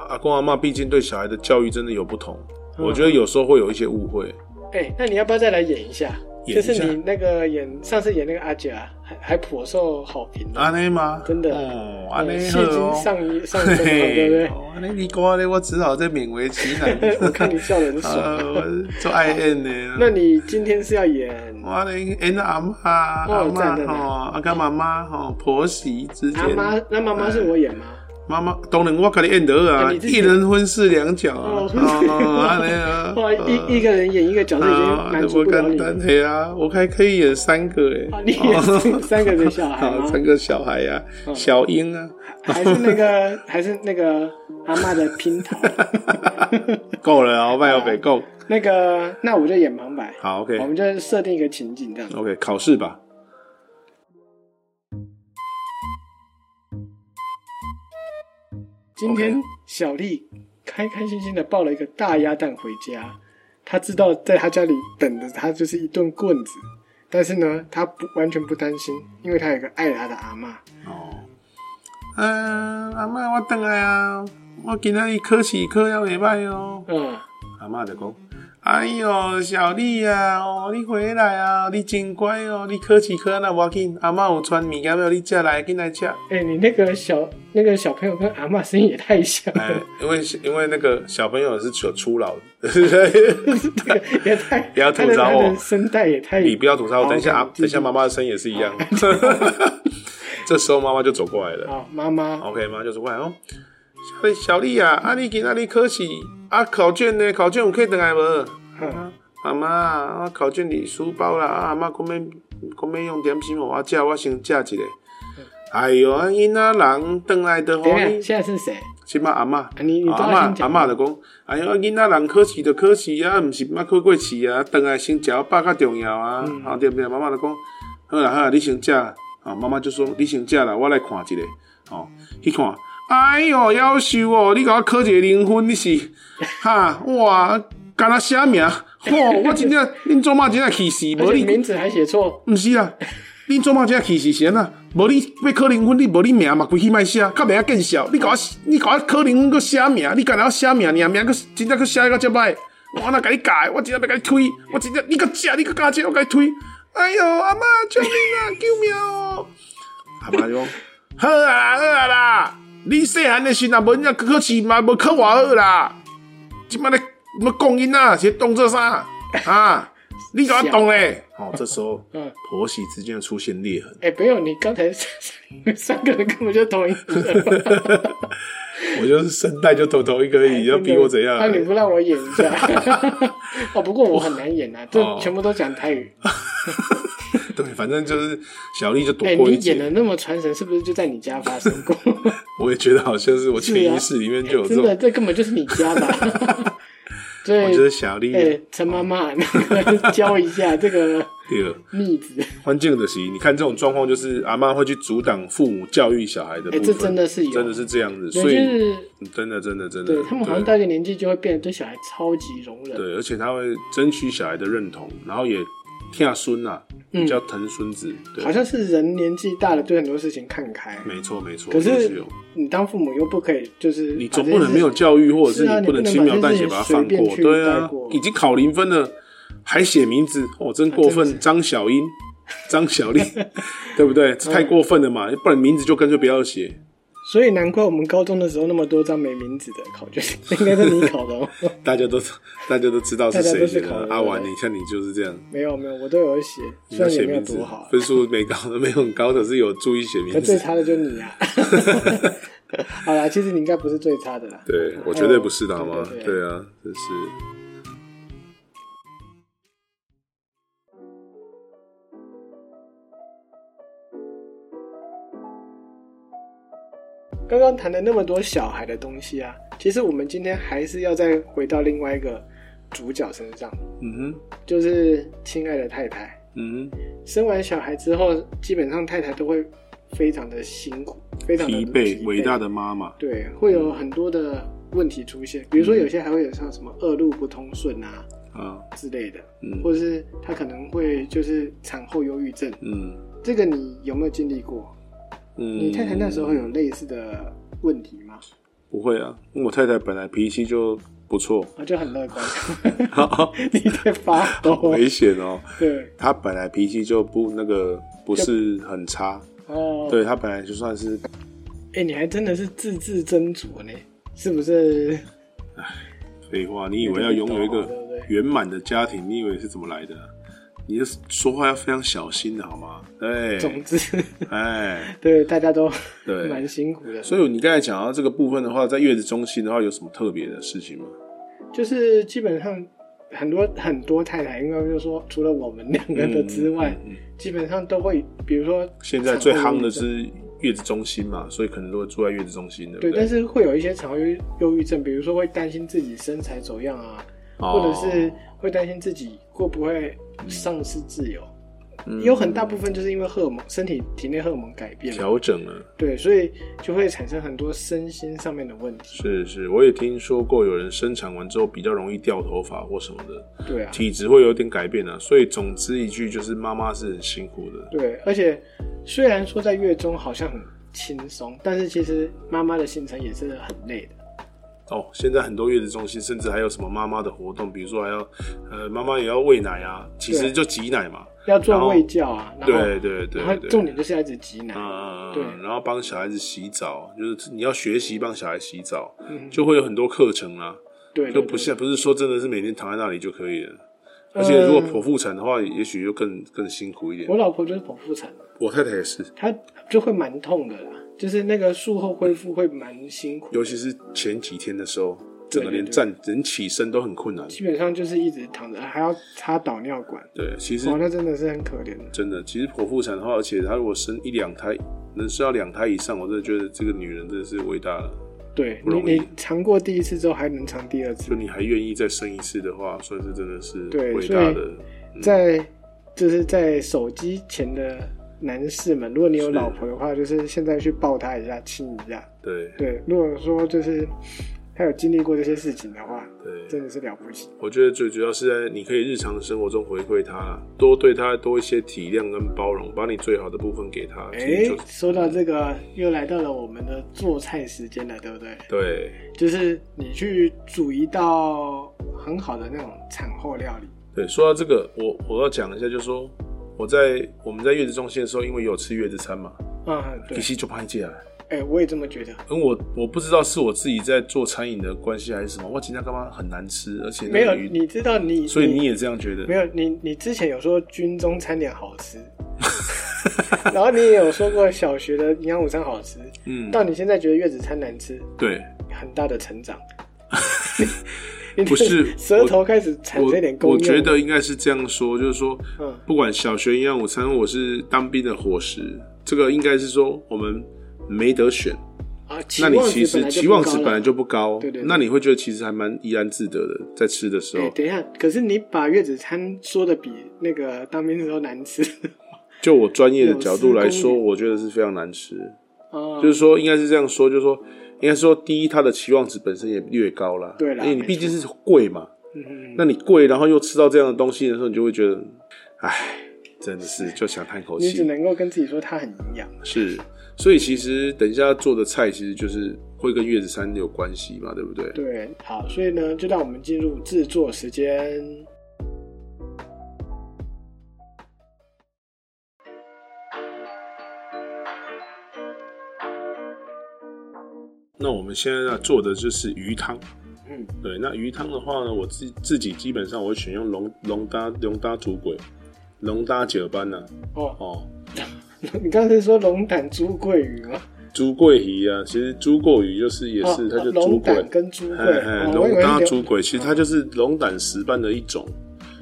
S1: 阿公阿嬷毕竟对小孩的教育真的有不同，
S2: 嗯
S1: 我觉得有时候会有一些误会。
S2: 哎、那你要不要再来演一下？
S1: 演一下
S2: 就是你那个演上次演那个阿姐啊，还还颇受好评的，
S1: 安尼吗？
S2: 真的
S1: 啊哦，
S2: 呃
S1: 安尼
S2: 戏
S1: 好
S2: 精
S1: 哦。
S2: 上一上升了，对不
S1: 嘿
S2: 对，
S1: 哦安尼你讲的我只好在勉为其难。
S2: (laughs) 我看你笑得很爽。
S1: (laughs) 啊，我做爱演的。
S2: 那你今天是要演？
S1: 我咧演阿妈、阿
S2: 哦赞
S1: 妈
S2: 赞赞
S1: 吼，阿跟妈妈吼婆媳之
S2: 阿
S1: 间，
S2: 妈，那妈妈是我演吗？
S1: 妈妈当然我跟你演得啊，
S2: 啊你自己
S1: 一人分饰两角啊
S2: 哦，
S1: 哦，啊安尼啊，
S2: (laughs) 哇，一一
S1: 个
S2: 个人演一个角色已经满足不了你了。
S1: 嘿啊，我还可以演三个
S2: 啊
S1: 哎，，
S2: 你演三三个的哦小
S1: (laughs)
S2: 孩
S1: 好
S2: 吗？
S1: 三个小孩呀，小英啊，
S2: 还是那个， (laughs) 还是那个阿妈的拼桃？
S1: 够了哦，卖要北够，
S2: 那个，那我就演旁白。
S1: 好
S2: 我
S1: ，OK
S2: 们就设定一个情景这样。
S1: OK，考试吧，
S2: 今天小丽开开心心的抱了一个大鸭蛋回家，她知道在她家里等着她就是一顿棍子，但是呢，她不完全不担心，因为她有个爱她的阿妈。
S1: 哦，嗯，阿妈我等来啊，我今仔日考试考了袂歹哦。
S2: 嗯，
S1: 阿嬷就讲：“哎哟，小丽啊，哦，你回来啊，你真乖哦，你考试考啊那无要紧，阿嬷有传物件要你食来，紧来食。
S2: 哎、你那个小那个小朋友跟阿妈声音也太像
S1: 哎
S2: 了，，
S1: 因为因为那个小朋友是有初老，
S2: 这个 (laughs) 也太
S1: 不要吐槽我
S2: 她的她的声带也太
S1: (laughs) 你不要吐槽我，
S2: 好
S1: 等一下
S2: 好
S1: 啊，等一下妈妈的声音也是一样。这时候妈妈就走过来了
S2: 好啊妈妈
S1: ，OK，妈妈就走过来哦，小丽小丽啊，啊你今仔日考试啊考卷呢？考卷有可以等来无？哦
S2: 嗯
S1: 阿妈，啊，我考卷里书包啦，啊，阿妈讲要讲要用点心互我食，我先食一个。哎哟，啊，囡仔人转来的吼
S2: 等，一下，
S1: 你
S2: 现在是谁？
S1: 即摆阿嬷，啊
S2: 你你都要
S1: 阿嬷
S2: 先
S1: 阿
S2: 讲
S1: 嬷就讲，哎哟，啊囡仔人考试就考试啊，毋是毋捌考过试啊，转来先食饱较重要啊，
S2: 嗯
S1: 啊对不对？妈妈就讲，好啦好啦，你先食，啊，妈妈就说你先食啦，我来看一个，哦，去看。哎哟，夭寿哦！你甲我考一个零分，你是哈哇？敢若写
S2: (laughs)
S1: 名，吼、我真正恁做嘛真正气死，无
S2: 而且
S1: 你
S2: 名字还写错，
S1: 毋是啦，恁做嘛真正气死是安那？无你要考零分，你无你名嘛规气莫写，较袂晓见笑。你甲我你甲我考零分，搁写名，你敢若写名尔，名搁真正搁写到遮歹。我哪甲你改？我真正要甲你推，我真正你搁食，你搁加这，我甲你推。哎哟，阿嬷，救命啊！救命哦！阿妈讲，好啊啦，好啊啦，你细汉的时阵无那考试嘛，无考偌好啦。即摆咧要讲囡仔是当做啥啊？你甲我当咧？哦，这时候
S2: (laughs) 嗯
S1: 婆媳之间出现裂痕，
S2: 哎、不用，你刚才三个人根本就同一个。
S1: (laughs) 我就是声带就头头一个而
S2: 哎
S1: 已，要逼我怎样
S2: 那、？你不让我演一
S1: (laughs)
S2: 下？哦，不过我很难演
S1: 哦
S2: 啊，这全部都讲台语。
S1: 对，反正就是小丽就躲
S2: 哎、
S1: 过
S2: 你
S1: 一
S2: 演
S1: 劫。
S2: 的那么传神，是不是就在你家发生
S1: (laughs)
S2: 过？
S1: 我也觉得好像是我
S2: 是啊
S1: 潜意识里面就有这
S2: 真的，
S1: 种，
S2: 这根本就是你家
S1: (laughs)
S2: 吧？
S1: 我觉
S2: 对
S1: 得，哦小丽
S2: 哎、陈妈妈，那个 (laughs) 教一下这个
S1: 对了。
S2: 逆子，
S1: 环境的习，你看这种状况，就是阿妈会去阻挡父母教育小孩的部
S2: 哎、
S1: 分，
S2: 这真的是有，
S1: 真的是这样子，
S2: 对，
S1: 所以
S2: 就是
S1: 真的真的真的，
S2: 对他们好像到一个年纪就会变得对小孩超级容忍。
S1: 对，而且他会争取小孩的认同，然后也疼孙啊，比较疼孙子，对
S2: 嗯好，像是人年纪大了，对很多事情看开。
S1: 没错没错，
S2: 可
S1: 这
S2: 是
S1: 有，
S2: 你当父母又不可以，就是
S1: 你
S2: 把
S1: 总
S2: 这
S1: 不
S2: 件
S1: 能
S2: 事
S1: 没有教育，或者
S2: 是啊
S1: 你不能
S2: 你不能
S1: 轻描
S2: 把这
S1: 淡
S2: 件
S1: 写
S2: 事
S1: 把它
S2: 随
S1: 放
S2: 便
S1: 过，
S2: 去
S1: 对
S2: 带
S1: 啊
S2: 过，啊
S1: 已经考零分了，还写名字，哦，真过
S2: 真
S1: 分，
S2: 是
S1: 张小英。 (laughs) 张小
S2: (laughs)
S1: 丽，对不
S2: 嗯
S1: 对？这太过分了嘛！不然名字就干脆不要写。
S2: 所以难怪我们高中的时候那么多张没名字的考卷， (laughs) 应该是你考的哦。 (laughs)
S1: 大家都大家都知道是
S2: 大家
S1: 谁
S2: 都是
S1: 写
S2: 考
S1: 的
S2: 的。
S1: 阿
S2: 对
S1: 婉，你看你就是这样，
S2: 没有没有，我都有写，
S1: 你
S2: 虽
S1: 要
S2: 然也
S1: 写
S2: 没有
S1: 名字
S2: 多好啊， (laughs)
S1: 分数没高，没有很高，可是有注意写名
S2: 可
S1: 字
S2: 最。差的就是你
S1: (laughs)
S2: 啊。 (laughs) 好啦，其实你应该不是最差的啦。
S1: 对，我绝对不是的，
S2: 哦
S1: 好吗？
S2: 对对对
S1: 对啊，真是
S2: 刚刚谈了那么多小孩的东西啊，其实我们今天还是要再回到另外一个主角身上，
S1: 嗯哼，
S2: 就是亲爱的太太。
S1: 嗯，
S2: 生完小孩之后，基本上太太都会非常的辛苦，非常的
S1: 疲惫，伟大的妈妈，
S2: 对，会有很多的问题出现，比如说有些还会有像什么二路不通顺啊
S1: 啊，
S2: 之类的，
S1: 嗯
S2: 或者是她可能会就是产后忧郁症，
S1: 嗯
S2: 这个你有没有经历过？
S1: 嗯，
S2: 你太太那时候有类似的问题吗？
S1: 不会啊？因为我太太本来脾气就不
S2: (laughs)
S1: 错，
S2: 啊，就很乐观，
S1: 好
S2: 你在发抖，
S1: (laughs) 危险哦。
S2: 对，
S1: 她本来脾气就不那个，不是很差，
S2: 哦，
S1: 对她本来就算是
S2: 哎、你还真的是字字斟酌呢，是不是？
S1: 废话。 (laughs) 你以为要拥有一个
S2: 对不对
S1: 圆满的家庭，你以为是怎么来的啊、你就说话要非常小心的好吗？ (laughs) 对，
S2: 总之，
S1: 哎，
S2: 对大家都
S1: 对
S2: (laughs) 蛮辛苦的。
S1: 所以你刚才讲到这个部分的话，在月子中心的话，有什么特别的事情吗？
S2: 就是基本上很多很多太太，应该就是说，除了我们两个的之外，
S1: 嗯嗯
S2: 基本上都会，比如说
S1: 现在最夯的是月子中心嘛，所以可能都会住在月子中心，对不
S2: 对，
S1: 对？
S2: 但是会有一些产后忧郁忧郁症，比如说会担心自己身材走样啊，
S1: 哦
S2: 或者是会担心自己会不会丧失自由。
S1: 嗯
S2: 有很大部分就是因为荷尔蒙，身体体内荷尔蒙改变嘛，
S1: 调整了。
S2: 对，所以就会产生很多身心上面的问题。
S1: 是是，我也听说过有人生产完之后比较容易掉头发或什么的，
S2: 对啊，
S1: 体质会有点改变啊。所以总之一句就是妈妈是很辛苦的。
S2: 对，而且虽然说在月中好像很轻松，但是其实妈妈的行程也是很累的。
S1: 哦，现在很多月子中心甚至还有什么妈妈的活动，比如说还要呃妈妈也要喂奶啊，其实
S2: 对
S1: 就挤奶嘛。
S2: 要做喂教啊，然后
S1: 对对对
S2: 然后
S1: 对
S2: 重点就是要一直挤奶，
S1: 嗯，
S2: 对
S1: 然后帮小孩子洗澡，就是你要学习帮小孩洗澡，
S2: 嗯
S1: 就会有很多课程啦、
S2: 对，
S1: 就
S2: 对
S1: 不
S2: 对呃
S1: 像不是说真的是每天躺在那里就可以了。而且如果剖腹产的话，也许又更更辛苦一点
S2: 我。老婆就是剖腹产，
S1: 我太太也是，
S2: 她就会蛮痛的啦，就是那个术后恢复会蛮辛苦，
S1: 尤其是前几天的时候，整个
S2: 对对
S1: 连站人起身都很困难。
S2: 基本上就是一直躺着，还要插导尿管，
S1: 对，其实
S2: 哇，那真的是很可怜的。
S1: 真的，其实剖腹产的话，而且她如果生一两胎，能生到两胎以上，我真的觉得这个女人真的是伟大了。
S2: 对
S1: 不
S2: 你，
S1: 容易
S2: 你尝过第一次之后还能尝第二次
S1: 就，你还愿意再生一次的话，算是真的是
S2: 对
S1: 伟大
S2: 所
S1: 的。
S2: 在就是在手机前的男士们，如果你有
S1: 是
S2: 老婆的话，就是现在去抱她一下，亲一下。
S1: 对
S2: 对，如果说就是他有经历过这些事情的话，
S1: 对，
S2: 真的是了不起。
S1: 我觉得最主要是在你可以日常生活中回馈他，多对他多一些体谅跟包容，把你最好的部分给他。
S2: 哎、
S1: 其实就
S2: 说到这个，又来到了我们的做菜时间了，对不对？
S1: 对，
S2: 就是你去煮一道很好的那种产后料理，
S1: 对，说到这个，我我要讲一下，就是说我在我们在月子中心的时候，因为有吃月子餐嘛，
S2: 嗯，对
S1: 一，期就拍起来。
S2: 哎、我也这么觉得。
S1: 嗯，我我不知道是我自己在做餐饮的关系还是什么，我今天干嘛很难吃，而且那个
S2: 没有，
S1: 鱼
S2: 你知道你，
S1: 所以你也这样觉得
S2: 没？有，你你之前有说军中餐点好吃， (laughs) 然后你也有说过小学的营养午餐好吃，
S1: 嗯，
S2: 到你现在觉得月子餐难吃，
S1: 对，
S2: 很大的
S1: (laughs)
S2: 成长。你
S1: 不是
S2: 你舌头开始产生一点
S1: 我
S2: 功
S1: 我
S2: 用
S1: 觉，得应该是这样说，就是说，
S2: 嗯
S1: 不管小学营养午餐或者是当兵的伙食，这个应该是说我们没得选。
S2: 啊，
S1: 那你其实期
S2: 期
S1: 望
S2: 望
S1: 值本来
S2: 就
S1: 就不高，
S2: 对对对
S1: 那你会觉得其实还蛮怡然自得的，在吃的时
S2: 哎、
S1: 候，
S2: 等一下，可是你把月子餐说的比那个当兵的时候难吃 (laughs)
S1: 就我专业的角度来
S2: 有失
S1: 说，
S2: 公允
S1: 我觉得是非常难吃。
S2: 哦，
S1: 就是说，应该是这样说，就是说，应该说，第一，它的期望值本身也略高啦，
S2: 对啦
S1: 因为你毕竟是贵嘛，
S2: 嗯
S1: 那你贵，然后又吃到这样的东西的时候，你就会觉得，唉，真的是就想叹口
S2: 你
S1: 气
S2: 只。能够跟自己说它很营养，
S1: 是，所以其实等一下做的菜，其实就是会跟月子餐有关系嘛，对不对？
S2: 对，好，所以呢，就让我们进入制作时间。
S1: 那我们现在要做的就是鱼汤。
S2: 嗯，
S1: 对，那鱼汤的话呢，我自自己基本上我会选用龙龙搭龙搭煮鬼，龙搭九班呢、
S2: 哦，
S1: 哦，
S2: (laughs) 你刚才是说龙胆猪桂鱼吗？
S1: 猪桂鱼啊，其实猪桂鱼就是也
S2: 哦
S1: 是、它
S2: 哦
S1: 就
S2: 龙
S1: 猪桂，
S2: 胆跟猪
S1: 嘿
S2: 桂，
S1: 嘿
S2: 哦我以
S1: 龙
S2: 为
S1: 搭
S2: 是
S1: 猪桂，其实它就是龙胆石斑的一种，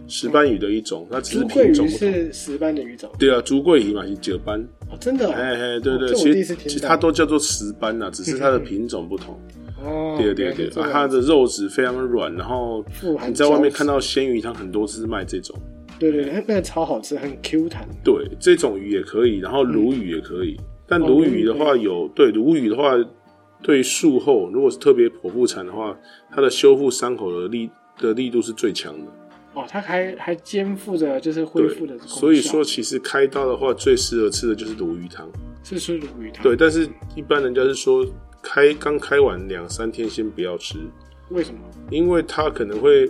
S1: 石斑鱼的一种，它只是
S2: 猪桂
S1: 品
S2: 鱼
S1: 种不同。
S2: 是石斑的鱼种，
S1: 对啊，猪桂鱼嘛，是九斑。
S2: 哦，真的
S1: 哎
S2: 哦，
S1: 嘿，对对，
S2: 这我
S1: 其
S2: 第一
S1: 实
S2: 次听
S1: 其实
S2: 到
S1: 它都叫做石斑呐、只是它的品种不同。
S2: 哦，
S1: 对对
S2: 原来
S1: 对
S2: 是，这
S1: 啊
S2: 样
S1: 它的肉质非常软，然后
S2: 富含
S1: 你在外面
S2: 胶质
S1: 看到鲜鱼汤很多是卖这种，
S2: 对对对，那那个超好吃，很 Q 弹。
S1: 对，这种鱼也可以，然后鲈鱼也可以。但鲈鱼的话
S2: 嗯哦鲈
S1: 有对鲈鱼的话，对术后如果是特别剖腹产的话，它的修复伤口的力的力度是最强的。
S2: 哦，它还还肩负着就是恢
S1: 对
S2: 复的功，效
S1: 所以说其实开刀的话，最适合吃的就是鲈鱼汤。
S2: 是是鲈鱼汤。
S1: 对，，但是一般人家是说开刚开完两三天先不要吃，
S2: 为什么？
S1: 因为它可能会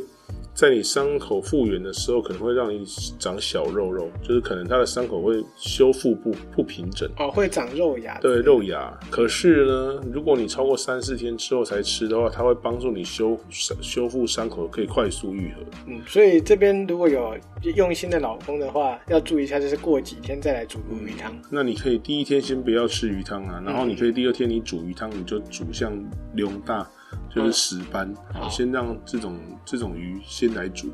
S1: 在你伤口复原的时候，可能会让你长小肉肉，就是可能它的伤口会修复不不平整。
S2: 哦，会长肉芽。
S1: 对肉芽，可是呢，如果你超过三四天之后才吃的话，它会帮助你修修复伤口，可以快速愈合。
S2: 嗯，所以这边如果有用心的老公的话，要注意一下，就是过几天再来煮鲈鱼汤。
S1: 那你可以第一天先不要吃鱼汤啊，然后你可以第二天你煮鱼汤，你就煮像流大，就是石斑，
S2: 好
S1: 先让这种这种鱼先来煮。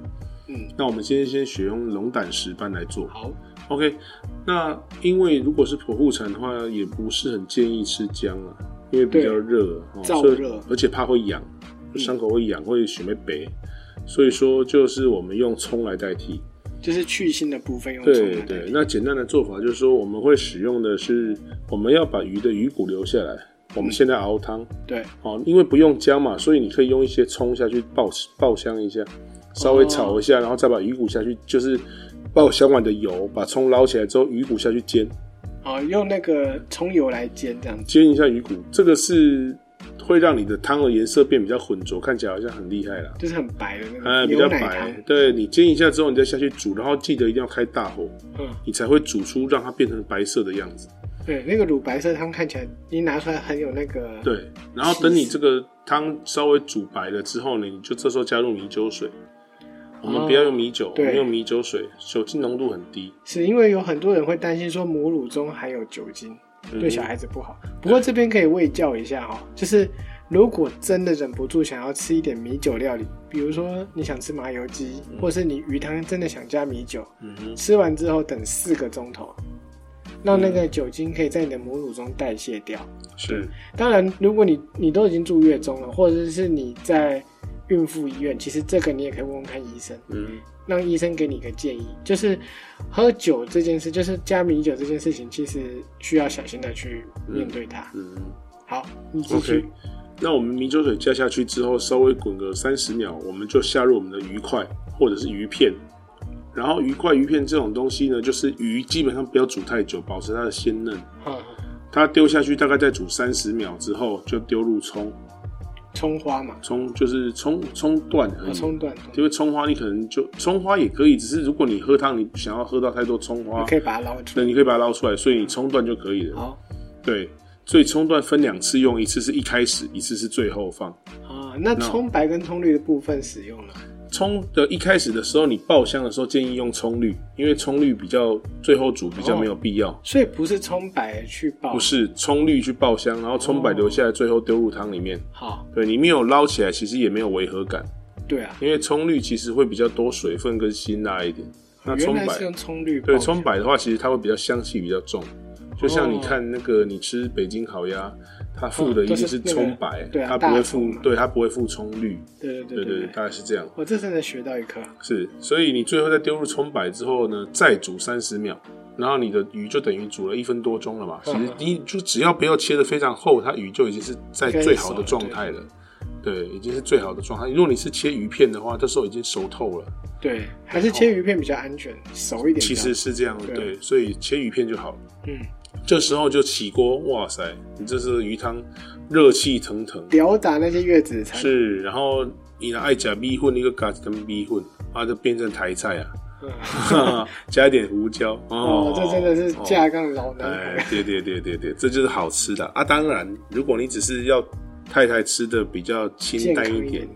S2: 嗯，
S1: 那我们今天先学用龙胆石斑来做。
S2: 好，
S1: OK，那因为如果是剖腹产的话，也不是很建议吃姜啊，因为比较热，哦、
S2: 燥
S1: 所以
S2: 热嗯
S1: 而且怕会痒，伤口会痒，会血没白，所以说就是我们用葱来代替。
S2: 就是去腥的部分用葱啊
S1: 对
S2: 来代
S1: 对，
S2: 替。
S1: 那简单的做法就是说，我们会使用的是，我们要把鱼的鱼骨留下来，我们现在熬汤，
S2: 对，
S1: 哦，因为不用姜嘛，所以你可以用一些葱下去爆爆香一下，稍微炒一
S2: 哦
S1: 下，然后再把鱼骨下去，就是爆香完的油，把葱捞起来之后，鱼骨下去煎，
S2: 哦，用那个葱油来煎这样子。
S1: 煎一下鱼骨，这个是会让你的汤的颜色变比较浑浊，看起来好像很厉害啦。
S2: 就是很白的那
S1: 呃，
S2: 个
S1: 比较
S2: 牛奶汤
S1: 白，，对你煎一下之后，你再下去煮，然后记得一定要开大火，
S2: 嗯，
S1: 你才会煮出让它变成白色的样子。
S2: 对，那个乳白色汤看起来，你拿出来很有那个，
S1: 对，然后等你这个汤稍微煮白了之后呢，你就这时候加入米酒水。我们不要用米酒，我
S2: 哦对
S1: 们用米酒水，酒精浓度很低。
S2: 是因为有很多人会担心说母乳中含有酒精，
S1: 嗯
S2: 对小孩子不好。不过这边可以喂教一下哈、就是如果真的忍不住想要吃一点米酒料理，比如说你想吃麻油鸡，或是你鱼汤真的想加米酒，
S1: 嗯哼，
S2: 吃完之后等四个钟头，让那
S1: 嗯
S2: 个酒精可以在你的母乳中代谢掉。
S1: 是，
S2: 当然，如果你你都已经住月中了，或者是你在孕妇医院，其实这个你也可以问问看医生，
S1: 嗯，
S2: 让医生给你一个建议，就是喝酒这件事，就是加米酒这件事情，其实需要小心的去面对它。
S1: 嗯。
S2: 好，你继续。
S1: OK 那我们米酒水加下去之后，稍微滚个三十秒，我们就下入我们的鱼块或者是鱼片。然后鱼块、鱼片这种东西呢，就是鱼基本上不要煮太久，保持它的鲜嫩。
S2: 嗯，
S1: 它丢下去大概再煮三十秒之后，就丢入葱，
S2: 葱花嘛，
S1: 葱就是葱葱段而
S2: 啊
S1: 已。
S2: 葱段，
S1: 因为葱花你可能就葱花也可以，只是如果你喝汤，你不想要喝到太多葱花
S2: 你，可以把它捞出
S1: 那
S2: 来。
S1: 你可以把它捞出来，所以你葱段就可以了。
S2: 好
S1: 对，所以葱段分两次用，一次是一开始，一次是最后放。
S2: 啊，那葱白跟葱绿的部分使用了。
S1: 葱的一开始的时候，你爆香的时候建议用葱绿，因为葱绿比较最后煮比较没有必要。
S2: 所以不是葱白去爆，
S1: 不是葱绿去爆香，然后葱白留下来，最后丢入汤里面。
S2: 好，
S1: 对你没有捞起来，其实也没有违和感，
S2: 对啊，
S1: 因为葱绿其实会比较多水分跟辛辣一点。那
S2: 哦原
S1: 葱
S2: 来
S1: 白
S2: 是用葱绿爆
S1: 对
S2: 的，
S1: 葱白的话，其实它会比较香气比较重，就像你看那个你吃北京烤鸭，它附的一定是葱白，
S2: 哦嗯都是那个对啊
S1: 它不会
S2: 大葱
S1: 附
S2: 嘛，
S1: 对它不会附葱绿，
S2: 对
S1: 对
S2: 对对
S1: 对
S2: 对
S1: 对，
S2: 对，
S1: 大概是这样。
S2: 我这真的学到一课。
S1: 是，所以你最后再丢入葱白之后呢，再煮三十秒，然后你的鱼就等于煮了一分多钟了嘛。其实
S2: 嗯
S1: 你就只要不要切的非常厚，它鱼就已经是在最好的状态了。对，已经是最好的状态。如果你是切鱼片的话，这时候已经熟透了。
S2: 对，还是切鱼片比较安全，熟一点。
S1: 哦其实，是这样的，
S2: 对
S1: 对，所以切鱼片就好了。
S2: 嗯，
S1: 这时候就起锅，哇塞，你这是鱼汤，热气腾腾。
S2: 吊打那些月子餐，
S1: 是，然后你拿爱甲米混一个嘎子跟米混，啊，就变成台菜啊，
S2: 嗯
S1: (laughs) 加一点胡椒哦
S2: 哦，这真的是
S1: 哦
S2: 架杠老男孩。
S1: 哎，对对对对对，这就是好吃的啊。当然，如果你只是要太太吃的比较 (laughs) 清
S2: 健
S1: 淡
S2: 康
S1: 一
S2: 一
S1: 点
S2: 点，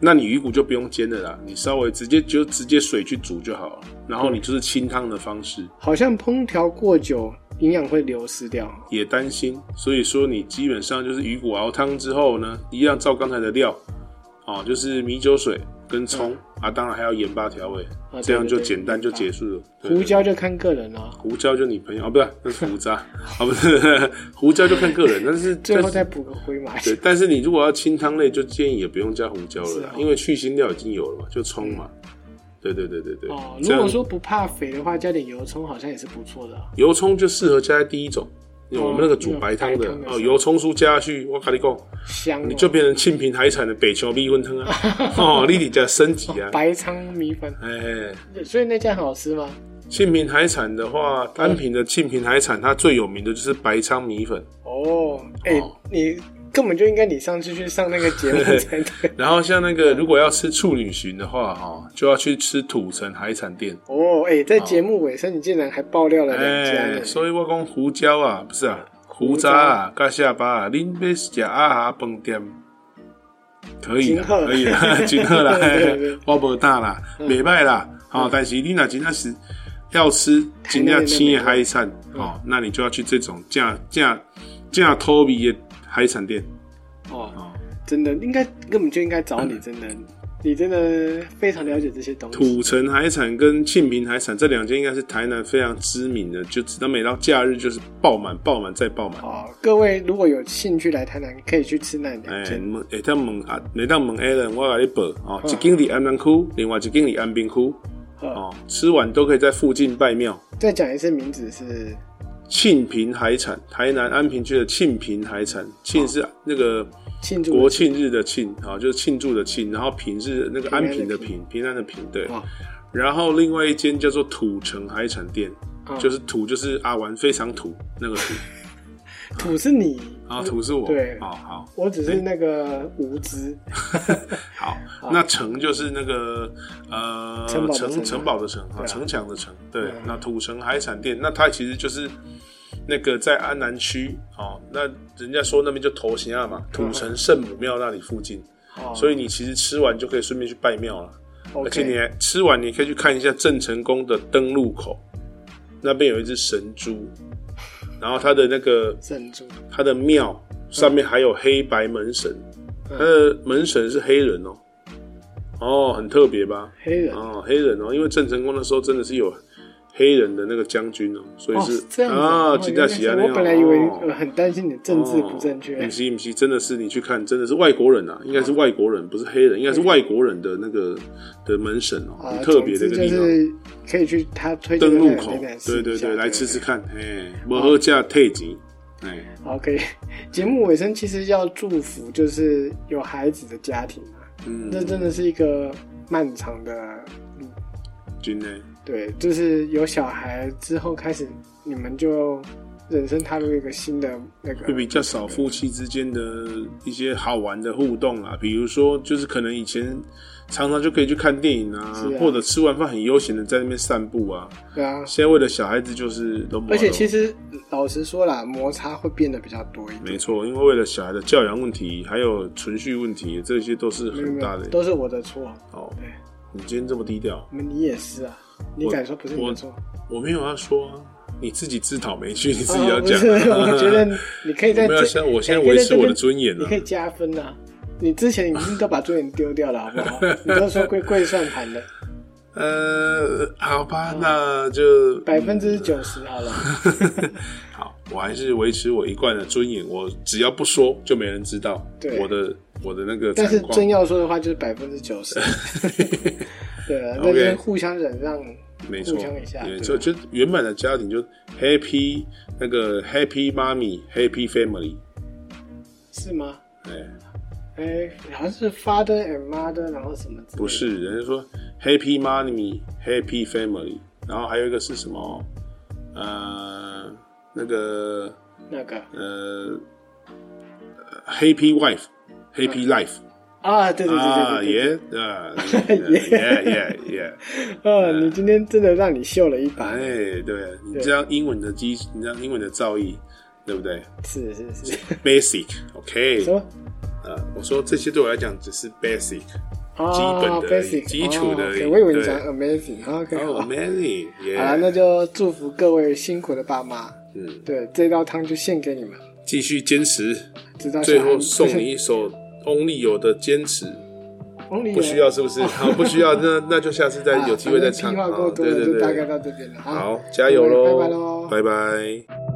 S1: 那你鱼骨就不用煎的啦，你稍微直接就直接水去煮就好了。然后你就是清汤的方式，
S2: 好像烹调过久，营养会流失掉。
S1: 也担心，所以说你基本上就是鱼骨熬汤之后呢，一样照刚才的料，啊，就是米酒水跟葱、啊，当然还要盐巴调味，
S2: 嗯啊
S1: 这样
S2: 对对
S1: 就
S2: 对
S1: 简单就
S2: 盐巴
S1: 结束了。对
S2: 胡椒就看个人了，
S1: 胡椒就你朋友啊，不 (laughs) 是那是胡渣啊，不是 (laughs) 胡椒就看个人，但是
S2: (laughs) 最后
S1: 但是
S2: 再补个灰马。
S1: 对，但是你如果要清汤类，就建议也不用加胡椒
S2: 是
S1: 了啦
S2: 啊，嗯
S1: 因为去腥料已经有了嘛，就葱嘛。对对对对对。
S2: 哦，
S1: 这
S2: 如
S1: 样
S2: 果说不怕肥的话，加点油葱好像也是不错的啊、
S1: 油葱就适合加在第一种，我们那个煮白汤的
S2: 那哦个白汤的
S1: 哦，油葱酥加下去，我跟你讲，
S2: 香、哦。
S1: 你就变成清平海产的北桥米粉汤
S2: (laughs)
S1: 啊，哦，你得加升级啊。
S2: 白仓米粉，
S1: 哎，
S2: 所以那家很好吃吗？
S1: 庆平海产的话，单品的庆平海产，它最有名的就是白仓米粉。
S2: 哦，哎、
S1: 哦
S2: 你根本就应该你上次去上那个节
S1: (laughs)
S2: 目才对。
S1: 然后像那个如果要吃处女裙的话，哈、哦，就要去吃土城海产店。
S2: 哦，哎、在节目尾声你竟然还爆料了两家呢、
S1: 哎，所以我讲胡椒啊，不是啊，胡渣啊，加下巴啊，恁要食阿哈饭店，可以啦，
S2: 真好
S1: 可以啦， (laughs) 真好啦
S2: (laughs) 对对嗯对，
S1: 我无大啦，袂歹啦，好，但是你若真正是要吃真正青的海产，哦，那你就要去这种正正正土味的海产店，
S2: 哦，真的应该根本就应该找
S1: 嗯
S2: 你，真的，你真的非常了解这些东西。
S1: 土城海产跟庆平海产这两间应该是台南非常知名的，就只要每到假日就是爆满、爆满再爆满。
S2: 哦，各位如果有兴趣来台南，可以去吃那两
S1: 哎，
S2: 间。
S1: 问会当问啊，会当问 a l n 我甲你报哦，一间伫安南区，另外一间伫安平区
S2: 呃，
S1: 哦，吃完都可以在附近拜庙。
S2: 再讲一次名字是
S1: 庆平海产，台南安平区的庆平海产，庆是那个
S2: 庆祝
S1: 国庆日的庆啊、哦，就是庆祝的庆，然后平是那个安平的平，平安的平，对。
S2: 哦
S1: 然后另外一间叫做土城海产店，
S2: 哦
S1: 就是土就是阿玩非常土那个土，
S2: 土是你，
S1: 然后土是我，
S2: 对
S1: 好好
S2: 我只是那个无知。
S1: 好，那城就是那个呃
S2: 城堡的城
S1: 城
S2: 啊
S1: 城堡的城啊，
S2: 啊
S1: 城墙的城。对
S2: 嗯，
S1: 那土城海产店，那它其实就是那个在安南区哦，那人家说那边就头型啊嘛，土城圣母庙那里附近，
S2: 嗯哦，
S1: 所
S2: 以
S1: 以你其实吃完就可以顺便去拜庙了，而且你
S2: OK，
S1: 还吃完你可以去看一下郑成功的登陆口，那边有一只神猪，然后它的那个
S2: 珍珠
S1: 它的庙上面还有黑白门神，
S2: 嗯
S1: 它的门神是黑人哦，哦，很特别吧？
S2: 黑人
S1: 哦，黑人哦，因为郑成功的时候真的是有黑人的那个将军哦，所以
S2: 哦
S1: 是、
S2: 是这样子
S1: 啊，
S2: 哦
S1: 金大
S2: 原来
S1: 喜啊
S2: 是，
S1: 那
S2: 我
S1: 样
S2: 本来以为
S1: 哦
S2: 呃很担心你的政治不正确
S1: 哦。不是不是，真的是你去看，真的是外国人啊，应该是外国人，不是黑人，应该是外国人的那个的门神哦，
S2: 啊，
S1: 很特别的一
S2: 总
S1: 个
S2: 之
S1: 地
S2: 就
S1: 方。
S2: 是可以去他推荐
S1: 登
S2: 的
S1: 陆
S2: 那
S1: 口
S2: 个那个，
S1: 对对
S2: 一下
S1: 对，来
S2: (laughs)
S1: 吃吃。看，哎，摩诃价退级，哎，
S2: 好，可以。 (laughs) 节目尾声其实要祝福，就是有孩子的家庭啊，
S1: 嗯，
S2: 这真的是一个漫长的路。
S1: 军呢？
S2: 对，就是有小孩之后开始，你们就人生踏入一个新的那
S1: 会
S2: 个。
S1: 比较少夫妻之间的一些好玩的互动啊，比如说就是可能以前常常就可以去看电影啊，
S2: 是啊
S1: 或者吃完饭很悠闲的在那边散步啊。
S2: 对啊，
S1: 现在为了小孩子就是都没有
S2: 而且其实老实说啦，摩擦会变得比较多一点。
S1: 没错，因为为了小孩的教养问题，还有存续问题，这些都是
S2: 没有
S1: 很
S2: 没
S1: 大
S2: 有，
S1: 的。
S2: 都是我的错。
S1: 哦，
S2: 对，
S1: 你今天这么低调，
S2: 你你也是啊，你
S1: 我
S2: 敢说不是你
S1: 我
S2: 的错？
S1: 我没有要说啊、你自己自讨没趣，你自己
S2: 啊
S1: 要
S2: 不
S1: 讲。
S2: 是 (laughs) 我觉得你可以在
S1: 没有，
S2: 这
S1: 现在我现在
S2: 你可以
S1: 维
S2: 在
S1: 持
S2: 这
S1: 我的
S2: 边
S1: 尊严啊
S2: 你
S1: 了、
S2: 可以加分呐、你之前已经都把尊严丢掉了，好不好？
S1: (laughs)
S2: 你都说跪跪算盘了，
S1: (laughs) 呃，好吧，那就
S2: 百分之九
S1: 嗯
S2: 十
S1: (laughs)
S2: 好了。
S1: 好，我还是维持我一贯的尊严，我只要不说，就没人知道
S2: 对
S1: 我的我的那个
S2: 但
S1: 惨
S2: 是
S1: 况。
S2: 真要说的话，就是百分之九十。 (laughs) 对啊，那
S1: OK
S2: 就是互相忍让。
S1: 没错
S2: 互相一下，
S1: 没
S2: 对
S1: 错，就原本的家庭就 happy 那个 happy mommy，happy family，
S2: 是吗？
S1: 哎、
S2: 哎、好像是 father and mother，然后什么之类的？
S1: 不是，人家说 happy mommy，happy family，然后还有一个是什么？呃，那个
S2: 那个
S1: 呃，happy 呃 wife，happy life、
S2: 啊，对对
S1: 啊，
S2: 对对对对。
S1: 耶，呃，耶
S2: (laughs)
S1: 耶耶。
S2: 啊，你今天真的让你秀了一把，
S1: 嗯哎，对你这样英文的基，你这样英文的造诣，对不对
S2: (laughs) 是是
S1: (laughs)
S2: 是。
S1: ？Basic，OK，、
S2: 什么？
S1: 呃，我说这些对我来讲只是 basic，
S2: 啊
S1: 基本的
S2: basic
S1: 基础的
S2: 哦，OK，我以为你
S1: 对
S2: 讲 amazing。OK，
S1: 然后
S2: 好
S1: many，
S2: 好了，那就祝福各位辛苦的爸妈。
S1: 嗯，
S2: 对，这道汤就献给你们，
S1: 继续坚持，
S2: 直到
S1: 最后送你一首 Only 有的坚持，
S2: 红礼
S1: 不需要是不
S2: (laughs)
S1: 是？好，不需要，那那就下次再有机会再唱
S2: 屁话
S1: 啊
S2: 够，多
S1: 对
S2: 了，
S1: 对
S2: 就大概
S1: 对，
S2: 到这边了。
S1: 好，加油
S2: 各位
S1: 喽，
S2: 拜拜喽。
S1: 拜拜。